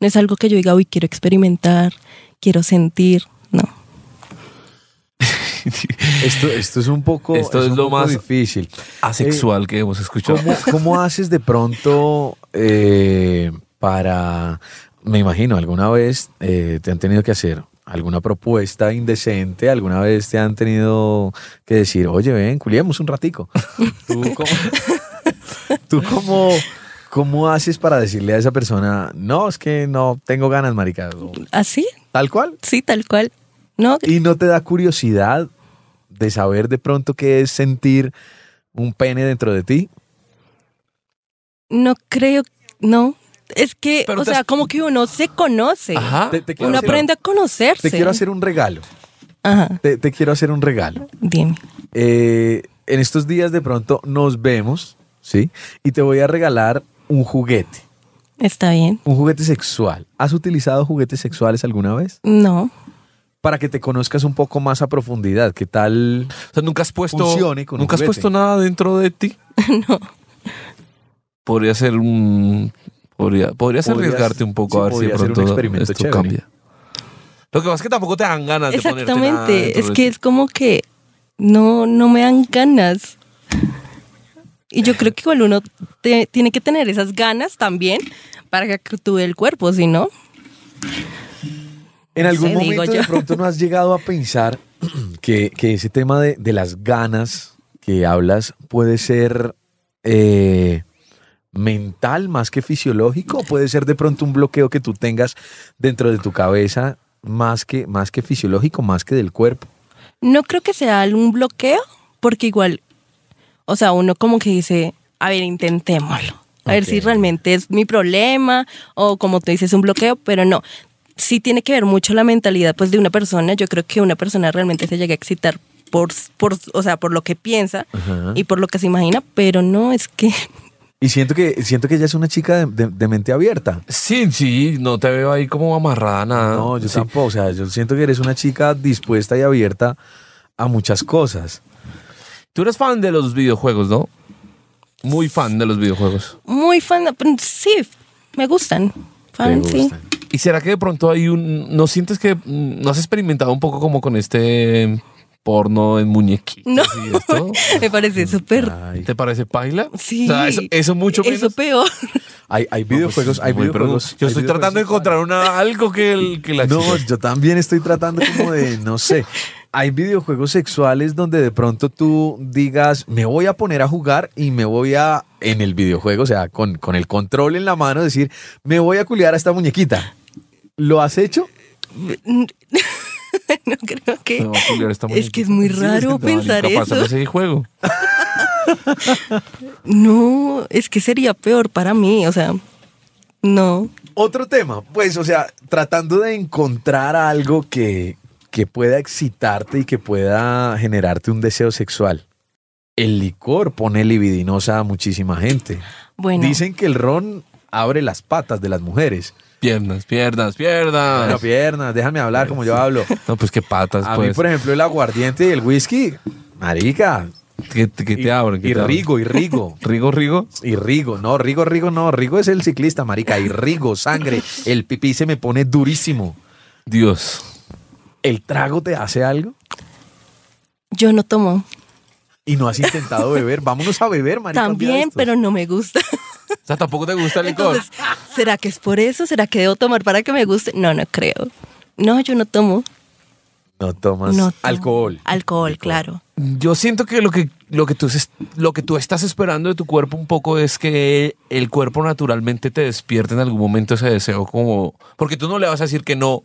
Speaker 4: no es algo que yo diga, uy, quiero experimentar, quiero sentir, no.
Speaker 2: Esto, esto es un poco,
Speaker 3: Esto es
Speaker 2: un
Speaker 3: lo
Speaker 2: poco
Speaker 3: más-
Speaker 2: difícil.
Speaker 3: Asexual que hemos escuchado.
Speaker 2: ¿Cómo, cómo haces de pronto eh, para, me imagino, alguna vez eh, te han tenido que hacer alguna propuesta indecente, alguna vez te han tenido que decir, oye, ven, culiemos un ratico? ¿Tú cómo, tú cómo, cómo haces para decirle a esa persona, no, es que no tengo ganas, marica, o
Speaker 4: ¿Así?
Speaker 2: tal cual?
Speaker 4: Sí, tal cual. No,
Speaker 2: ¿Y no te da curiosidad de saber de pronto qué es sentir un pene dentro de ti?
Speaker 4: no creo, no. Es que,
Speaker 3: Pero
Speaker 4: o
Speaker 3: te
Speaker 4: sea,
Speaker 3: has-
Speaker 4: como que uno se conoce.
Speaker 3: Ajá.
Speaker 2: Te- te quiero
Speaker 4: Uno
Speaker 2: hacer-
Speaker 4: aprende a conocerse.
Speaker 2: Te quiero hacer un regalo.
Speaker 4: Ajá,
Speaker 2: Te, te quiero hacer un regalo.
Speaker 4: dime.
Speaker 2: Eh, en estos días de pronto nos vemos, ¿sí? Y te voy a regalar un juguete,
Speaker 4: Está bien.
Speaker 2: un juguete sexual. ¿Has utilizado juguetes sexuales alguna vez?
Speaker 4: No,
Speaker 2: Para que te conozcas un poco más a profundidad. ¿Qué tal?
Speaker 3: O sea, nunca has puesto,
Speaker 2: Funcione con un
Speaker 3: ¿nunca has
Speaker 2: juguete.
Speaker 3: puesto nada dentro de ti.
Speaker 4: no.
Speaker 3: Podría ser un. Podría, podrías
Speaker 2: Podrías-
Speaker 3: arriesgarte un
Speaker 2: sí,
Speaker 3: poco a ver si de
Speaker 2: podría ser un
Speaker 3: pronto
Speaker 2: experimento
Speaker 3: esto
Speaker 2: chévere.
Speaker 3: cambia. Lo que pasa es que tampoco te dan ganas de ponerte nada
Speaker 4: Exactamente.
Speaker 3: dentro
Speaker 4: Es
Speaker 3: de
Speaker 4: que
Speaker 3: ti.
Speaker 4: es como que no, no me dan ganas. Y yo creo que igual uno te- tiene que tener esas ganas también para que actúe el cuerpo, si no.
Speaker 2: En algún
Speaker 4: Sí, digo
Speaker 2: momento de
Speaker 4: yo.
Speaker 2: pronto no has llegado a pensar que, que ese tema de, de las ganas que hablas puede ser eh, mental más que fisiológico, o puede ser de pronto un bloqueo que tú tengas dentro de tu cabeza más que, más que fisiológico, más que del cuerpo.
Speaker 4: No creo que sea un bloqueo, porque igual, o sea, uno como que dice, a ver, intentémoslo. A ver
Speaker 2: Ok.
Speaker 4: si realmente es mi problema o como tú dices, un bloqueo, pero no. Sí tiene que ver mucho la mentalidad pues de una persona. Yo creo que una persona realmente se llega a excitar por, por o sea, por lo que piensa
Speaker 2: Ajá.
Speaker 4: y por lo que se imagina, pero no es que
Speaker 2: Y siento que, siento que ella es una chica de, de- de mente abierta.
Speaker 3: Sí, sí, no te veo ahí como amarrada a nada.
Speaker 2: No, yo
Speaker 3: Ah, Sí.
Speaker 2: tampoco. O sea, yo siento que eres una chica dispuesta y abierta a muchas cosas.
Speaker 3: Tú eres fan de los videojuegos, ¿no? Muy fan de los videojuegos.
Speaker 4: muy fan, pues, sí, me gustan. Fan,
Speaker 2: Te
Speaker 4: sí.
Speaker 2: gustan.
Speaker 3: ¿Y será que de pronto hay un... ¿No sientes que... mm, ¿No has experimentado un poco como con este porno en muñequitos
Speaker 4: No.
Speaker 3: y esto?
Speaker 4: me
Speaker 2: Ah,
Speaker 4: parece súper.
Speaker 2: Ay,
Speaker 3: ¿Te parece paila?
Speaker 4: Sí.
Speaker 3: O sea, eso, eso mucho menos.
Speaker 4: Eso peor.
Speaker 2: Hay, hay
Speaker 3: pues,
Speaker 2: videojuegos, hay
Speaker 3: Muy
Speaker 2: videojuegos.
Speaker 3: perdón. Yo
Speaker 2: hay
Speaker 3: estoy
Speaker 2: videojuegos
Speaker 3: tratando de encontrar una, algo que, el, que la
Speaker 2: No,
Speaker 3: exija.
Speaker 2: yo también estoy tratando como de, no sé. Hay videojuegos sexuales donde de pronto tú digas, me voy a poner a jugar y me voy a, en el videojuego, o sea, con, con el control en la mano, decir, me voy a culiar a esta muñequita. ¿Lo has hecho?
Speaker 4: no creo que.
Speaker 3: Me va a culiar esta
Speaker 4: es que es
Speaker 3: muñequita.
Speaker 4: muy
Speaker 3: Sí,
Speaker 4: raro
Speaker 3: no,
Speaker 4: pensar
Speaker 3: nunca
Speaker 4: eso.
Speaker 3: pasarme ese juego.
Speaker 4: No, es que sería peor para mí, o sea, no.
Speaker 2: Otro tema, pues, o sea, tratando de encontrar algo que, que pueda excitarte y que pueda generarte un deseo sexual. El licor pone libidinosa a muchísima gente.
Speaker 4: Bueno,
Speaker 2: Dicen que el ron abre las patas de las mujeres.
Speaker 3: Piernas, piernas,
Speaker 2: Bueno,
Speaker 3: piernas.
Speaker 2: piernas, déjame hablar como yo hablo.
Speaker 3: No, pues qué patas,
Speaker 2: A mí,
Speaker 3: Ah, pues.
Speaker 2: por ejemplo, el aguardiente y el whisky, marica.
Speaker 3: Que, que
Speaker 2: Y-
Speaker 3: te abren. que
Speaker 2: Y
Speaker 3: te abren.
Speaker 2: Rigo, y Rigo.
Speaker 3: Rigo, Rigo.
Speaker 2: Y Rigo, no, Rigo, Rigo, no. Rigo es el ciclista, marica. Y Rigo, sangre. El pipí se me pone durísimo.
Speaker 3: Dios.
Speaker 2: ¿El trago te hace algo?
Speaker 4: yo no tomo
Speaker 2: Y no has intentado beber. Vámonos a beber, marica. un día de
Speaker 4: también,
Speaker 2: estos.
Speaker 4: pero no me gusta.
Speaker 3: O sea, tampoco te gusta el licor.
Speaker 4: Entonces, ¿será que es por eso? ¿Será que debo tomar para que me guste? No, no creo. No, yo no tomo.
Speaker 2: No tomas
Speaker 4: no tomo.
Speaker 2: alcohol.
Speaker 4: Alcohol, claro.
Speaker 3: Yo siento que lo que, lo, que tú, es- lo que tú estás esperando de tu cuerpo un poco es que el cuerpo naturalmente te despierte en algún momento ese deseo como... Porque tú no le vas a decir que no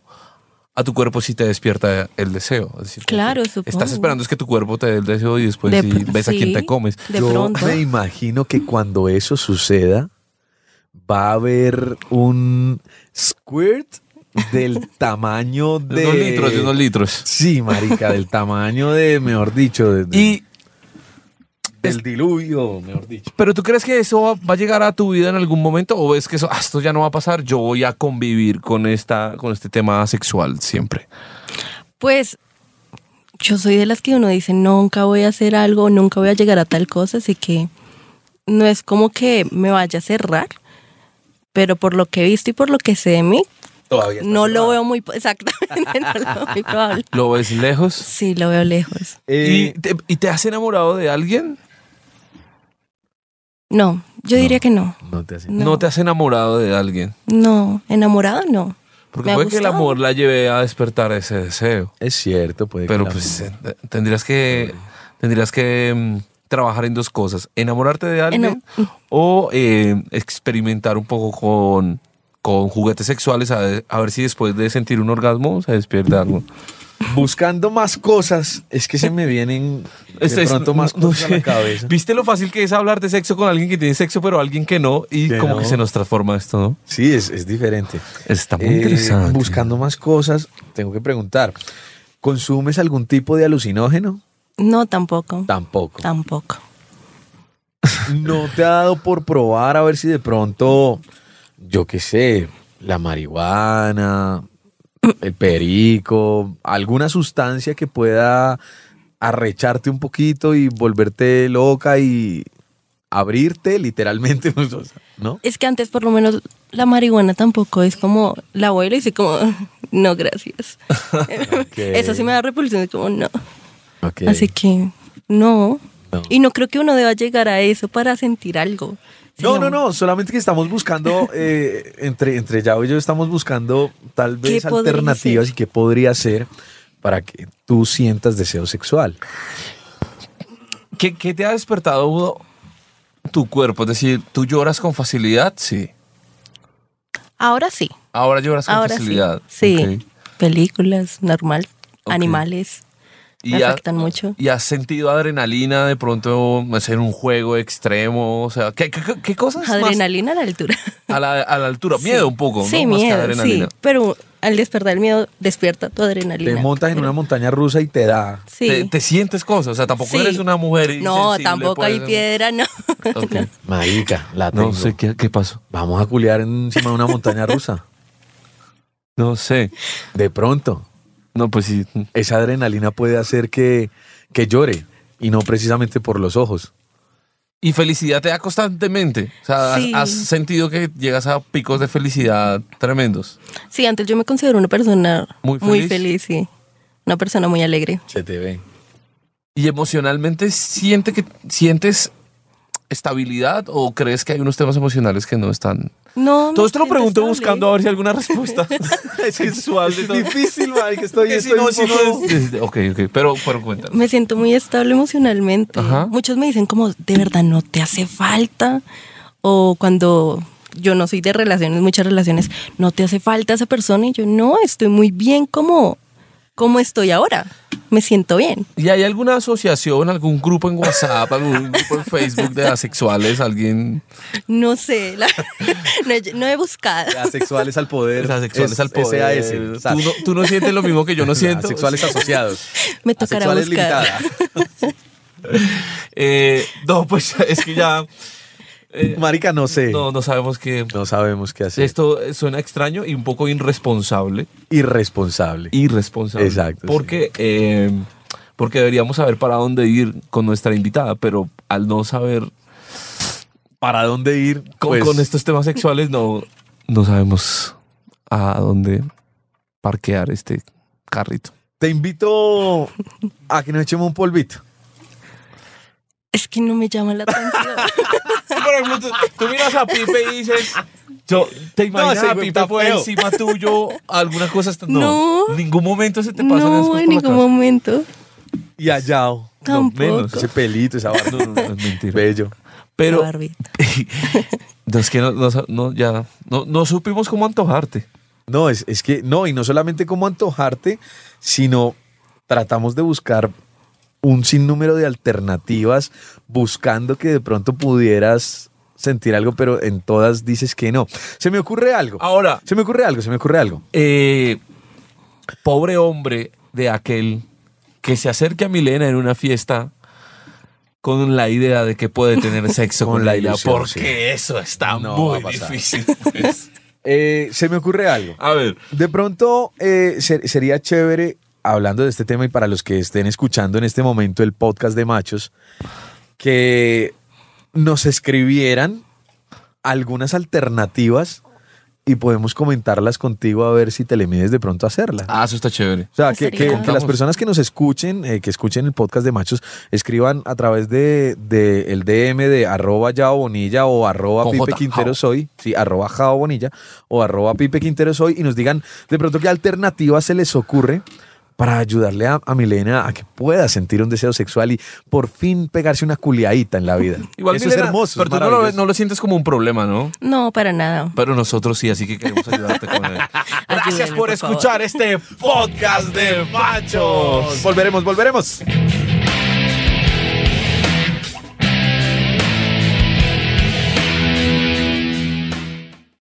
Speaker 3: a tu cuerpo sí te despierta el deseo. Es decir, como
Speaker 4: Claro,
Speaker 3: que
Speaker 4: supongo.
Speaker 3: Estás esperando es que tu cuerpo te dé el deseo y después
Speaker 4: De
Speaker 3: sí
Speaker 4: pr-
Speaker 3: ves a quién
Speaker 4: sí.
Speaker 3: te comes.
Speaker 4: De
Speaker 2: Yo
Speaker 4: pronto.
Speaker 2: me imagino que cuando eso suceda, va a haber un squirt del tamaño
Speaker 3: De,
Speaker 2: de.
Speaker 3: unos litros, de unos litros.
Speaker 2: Sí, marica, del tamaño de, mejor dicho, de- de-
Speaker 3: Y,
Speaker 2: del diluvio, mejor dicho.
Speaker 3: pero tú crees que eso va, va a llegar a tu vida en algún momento o ves que eso, ah, esto ya no va a pasar, yo voy a convivir con, esta, con este tema sexual siempre.
Speaker 4: Pues yo soy de las que uno dice, nunca voy a hacer algo, nunca voy a llegar a tal cosa, así que no es como que me vaya a cerrar, pero por lo que he visto y por lo que sé de mí,
Speaker 2: Todavía
Speaker 4: no lo veo muy, po- exactamente, no lo veo muy probable.
Speaker 3: ¿Lo ves lejos?
Speaker 4: Sí, lo veo lejos.
Speaker 2: Eh,
Speaker 3: ¿Y, te, y te has enamorado de alguien?
Speaker 4: No, yo diría que no.
Speaker 2: No te hace.
Speaker 4: No.
Speaker 3: no te has enamorado de alguien.
Speaker 4: No, enamorado no.
Speaker 3: Porque
Speaker 4: Me ha
Speaker 3: puede que el
Speaker 4: gustado.
Speaker 3: amor la lleve a despertar ese deseo.
Speaker 2: Es cierto, puede que
Speaker 3: Pero
Speaker 2: la-
Speaker 3: pues eh, tendrías que tendrías que mm, trabajar en dos cosas: enamorarte de alguien
Speaker 4: Enam-
Speaker 3: o eh, experimentar un poco con, con juguetes sexuales a, ver- a ver si después de sentir un orgasmo se despierta algo.
Speaker 2: buscando más cosas, es que se me vienen
Speaker 3: Es-
Speaker 2: de
Speaker 3: es-
Speaker 2: pronto más
Speaker 3: no
Speaker 2: cosas a la
Speaker 3: sé.
Speaker 2: cabeza.
Speaker 3: ¿Viste lo fácil que es hablar de sexo con alguien que tiene sexo, pero alguien que no? Y
Speaker 2: Que
Speaker 3: como
Speaker 2: no.
Speaker 3: que se nos transforma esto, ¿no?
Speaker 2: Sí, es, es diferente.
Speaker 3: Está muy
Speaker 2: Eh,
Speaker 3: interesante.
Speaker 2: Buscando más cosas, tengo que preguntar. ¿Consumes algún tipo de alucinógeno?
Speaker 4: No, tampoco.
Speaker 2: Tampoco.
Speaker 4: Tampoco.
Speaker 2: ¿No te ha dado por probar a ver si de pronto, yo qué sé, la marihuana, el perico, alguna sustancia que pueda arrecharte un poquito y volverte loca y abrirte literalmente, pues, o sea, ¿no?
Speaker 4: Es que antes por lo menos la marihuana tampoco es como la abuela y dice como, no, gracias. Eso sí me da repulsión, es como, no.
Speaker 2: Ok.
Speaker 4: Así que no.
Speaker 2: No.
Speaker 4: Y no creo que uno deba llegar a eso para sentir algo.
Speaker 2: No, no,
Speaker 4: sino
Speaker 2: no, solamente que estamos buscando, eh, entre, entre Yao y yo estamos buscando tal
Speaker 4: ¿Qué
Speaker 2: vez
Speaker 4: podría
Speaker 2: alternativas
Speaker 4: ser?
Speaker 2: y qué podría ser para que tú sientas deseo sexual.
Speaker 3: ¿Qué, qué te ha despertado Udo, tu cuerpo? Es decir, ¿tú lloras con facilidad? Sí.
Speaker 4: Ahora sí.
Speaker 3: Ahora lloras con
Speaker 4: Ahora sí.
Speaker 3: facilidad.
Speaker 4: Sí.
Speaker 3: Ok.
Speaker 4: Películas, normal.
Speaker 3: Ok.
Speaker 4: Animales. Me
Speaker 3: ha-
Speaker 4: afectan mucho.
Speaker 3: ¿Y has sentido adrenalina de pronto hacer un juego extremo? O sea, ¿qué, qué- qué cosas más
Speaker 4: Adrenalina a la altura.
Speaker 3: a la, a la altura? Miedo un poco, ¿no?
Speaker 4: Sí,
Speaker 3: Más que
Speaker 4: miedo.
Speaker 3: adrenalina.
Speaker 4: Sí, pero al despertar el miedo despierta tu adrenalina.
Speaker 2: Te montas en
Speaker 4: Pero-
Speaker 2: una montaña rusa y te da.
Speaker 4: Sí.
Speaker 3: Te, te sientes cosas, o sea, tampoco
Speaker 4: Sí.
Speaker 3: eres una mujer
Speaker 4: No,
Speaker 3: insensible,
Speaker 4: tampoco
Speaker 3: pues.
Speaker 4: hay piedra, no.
Speaker 3: Ok.
Speaker 2: Marica, la tengo.
Speaker 3: No sé qué, qué pasó.
Speaker 2: Vamos a culiar encima de una montaña rusa.
Speaker 3: No sé.
Speaker 2: De pronto,
Speaker 3: No, pues sí.
Speaker 2: esa adrenalina puede hacer que, que llore y no precisamente por los ojos.
Speaker 3: Y felicidad te da constantemente. O sea, has-
Speaker 4: Sí.
Speaker 3: has sentido que llegas a picos de felicidad tremendos.
Speaker 4: Sí, antes yo me considero una persona
Speaker 3: Muy feliz.
Speaker 4: muy feliz, sí. Una persona muy alegre.
Speaker 2: Se te ve.
Speaker 3: ¿Y emocionalmente siente que, sientes estabilidad o crees que hay unos temas emocionales que no están?
Speaker 4: No, me
Speaker 3: Todo esto lo
Speaker 4: siento
Speaker 3: pregunto
Speaker 4: estable.
Speaker 3: buscando a ver si alguna respuesta sexual. de todo.
Speaker 2: difícil, marica, estoy,
Speaker 3: Que si no, si no es- es- Ok, ok, pero, pero cuéntame.
Speaker 4: Me siento muy estable emocionalmente.
Speaker 3: Ajá.
Speaker 4: Muchos me dicen como, de verdad, no te hace falta. O cuando yo no soy de relaciones, muchas relaciones, no te hace falta esa persona. Y yo, no, estoy muy bien como, como estoy ahora. Me siento bien.
Speaker 3: ¿Y hay alguna asociación, algún grupo en WhatsApp, algún grupo en Facebook de asexuales? ¿Alguien?
Speaker 4: No sé, la- no, he- no he buscado.
Speaker 2: Asexuales al poder.
Speaker 3: Asexuales
Speaker 2: Es-
Speaker 3: al poder.
Speaker 2: SAS.
Speaker 3: ¿Tú, no, tú no sientes lo mismo que yo no siento.
Speaker 2: Asexuales asociados.
Speaker 4: Me tocará
Speaker 2: Asexuales
Speaker 4: buscar.
Speaker 2: limitada.
Speaker 3: Eh, no, pues es que ya. eh,
Speaker 2: Marica, no sé.
Speaker 3: no,
Speaker 2: No,
Speaker 3: no sabemos qué.
Speaker 2: sabemos qué hacer.
Speaker 3: Esto eh, suena extraño y un poco irresponsable.
Speaker 2: Irresponsable.
Speaker 3: irresponsable.
Speaker 2: Exacto,
Speaker 3: Porque, eh, porque deberíamos saber para dónde ir con nuestra invitada, pero al no saber
Speaker 2: ¿Para dónde ir?
Speaker 3: con,
Speaker 2: Pues,
Speaker 3: con estos temas sexuales, no, no sabemos a dónde parquear este carrito.
Speaker 2: Te invito a que nos echemos un polvito.
Speaker 4: Es que no me llama la atención.
Speaker 3: Por ejemplo, tú, tú miras a Pipe y dices. Yo, ¿Te imaginas
Speaker 2: ese
Speaker 3: a
Speaker 2: güey
Speaker 3: Pipe
Speaker 2: está
Speaker 3: por
Speaker 2: feo.
Speaker 3: encima tuyo? ¿Alguna cosa? está- No.
Speaker 4: No.
Speaker 3: En ningún momento se te pasan esas
Speaker 4: No,
Speaker 3: cosas
Speaker 4: en
Speaker 3: por la
Speaker 4: ningún
Speaker 3: cabeza.
Speaker 4: momento.
Speaker 2: Y allao.
Speaker 4: Tampoco.
Speaker 3: menos,
Speaker 2: Ese pelito, esa barba.
Speaker 3: No, no, no, es mentira.
Speaker 2: Bello.
Speaker 3: Pero,
Speaker 4: Barbie.
Speaker 3: no, es que no, no- no, ya, no, no supimos cómo antojarte.
Speaker 2: No, es, es que no, y no solamente como antojarte, sino tratamos de buscar un sinnúmero de alternativas buscando que de pronto pudieras sentir algo, pero en todas dices que no. Se me ocurre algo.
Speaker 3: Ahora,
Speaker 2: Se me ocurre algo, se me ocurre algo.
Speaker 3: eh, pobre hombre de aquel que se acerque a Milena en una fiesta con la idea de que puede tener sexo
Speaker 2: Con
Speaker 3: con,
Speaker 2: la
Speaker 3: la idea,
Speaker 2: ilusión,
Speaker 3: porque
Speaker 2: sí.
Speaker 3: eso está
Speaker 2: No va a
Speaker 3: muy
Speaker 2: pasar.
Speaker 3: difícil. pues.
Speaker 2: Eh, se me ocurre algo.
Speaker 3: A ver,
Speaker 2: De pronto eh, ser- sería chévere, hablando de este tema y para los que estén escuchando en este momento el podcast de machos, que nos escribieran algunas alternativas y podemos comentarlas contigo a ver si te le mides de pronto a hacerla.
Speaker 3: ah, eso está chévere.
Speaker 2: O sea, que, que-
Speaker 4: Estaría.
Speaker 2: que las personas que nos escuchen, eh, que escuchen el podcast de machos, escriban a través de, de el DM de arroba Yao Bonilla o arroba
Speaker 3: Con
Speaker 2: Pipe
Speaker 3: J,
Speaker 2: Quintero
Speaker 3: Jao.
Speaker 2: Soy, sí, arroba Jao Bonilla o arroba Pipe Quintero Soy y nos digan de pronto qué alternativa se les ocurre para ayudarle a, a Milena a que pueda sentir un deseo sexual y por fin pegarse una culiadita en la vida. Eso
Speaker 3: Milena,
Speaker 2: es hermoso,
Speaker 3: Pero
Speaker 2: es
Speaker 3: tú no lo,
Speaker 2: maravilloso.
Speaker 3: ves- no lo sientes como un problema, ¿no?
Speaker 4: No, para nada.
Speaker 3: Pero nosotros sí, así que queremos ayudarte con él. Gracias
Speaker 4: Ayúdenme,
Speaker 3: por
Speaker 4: por favor.
Speaker 3: escuchar este podcast de machos.
Speaker 2: Volveremos, volveremos.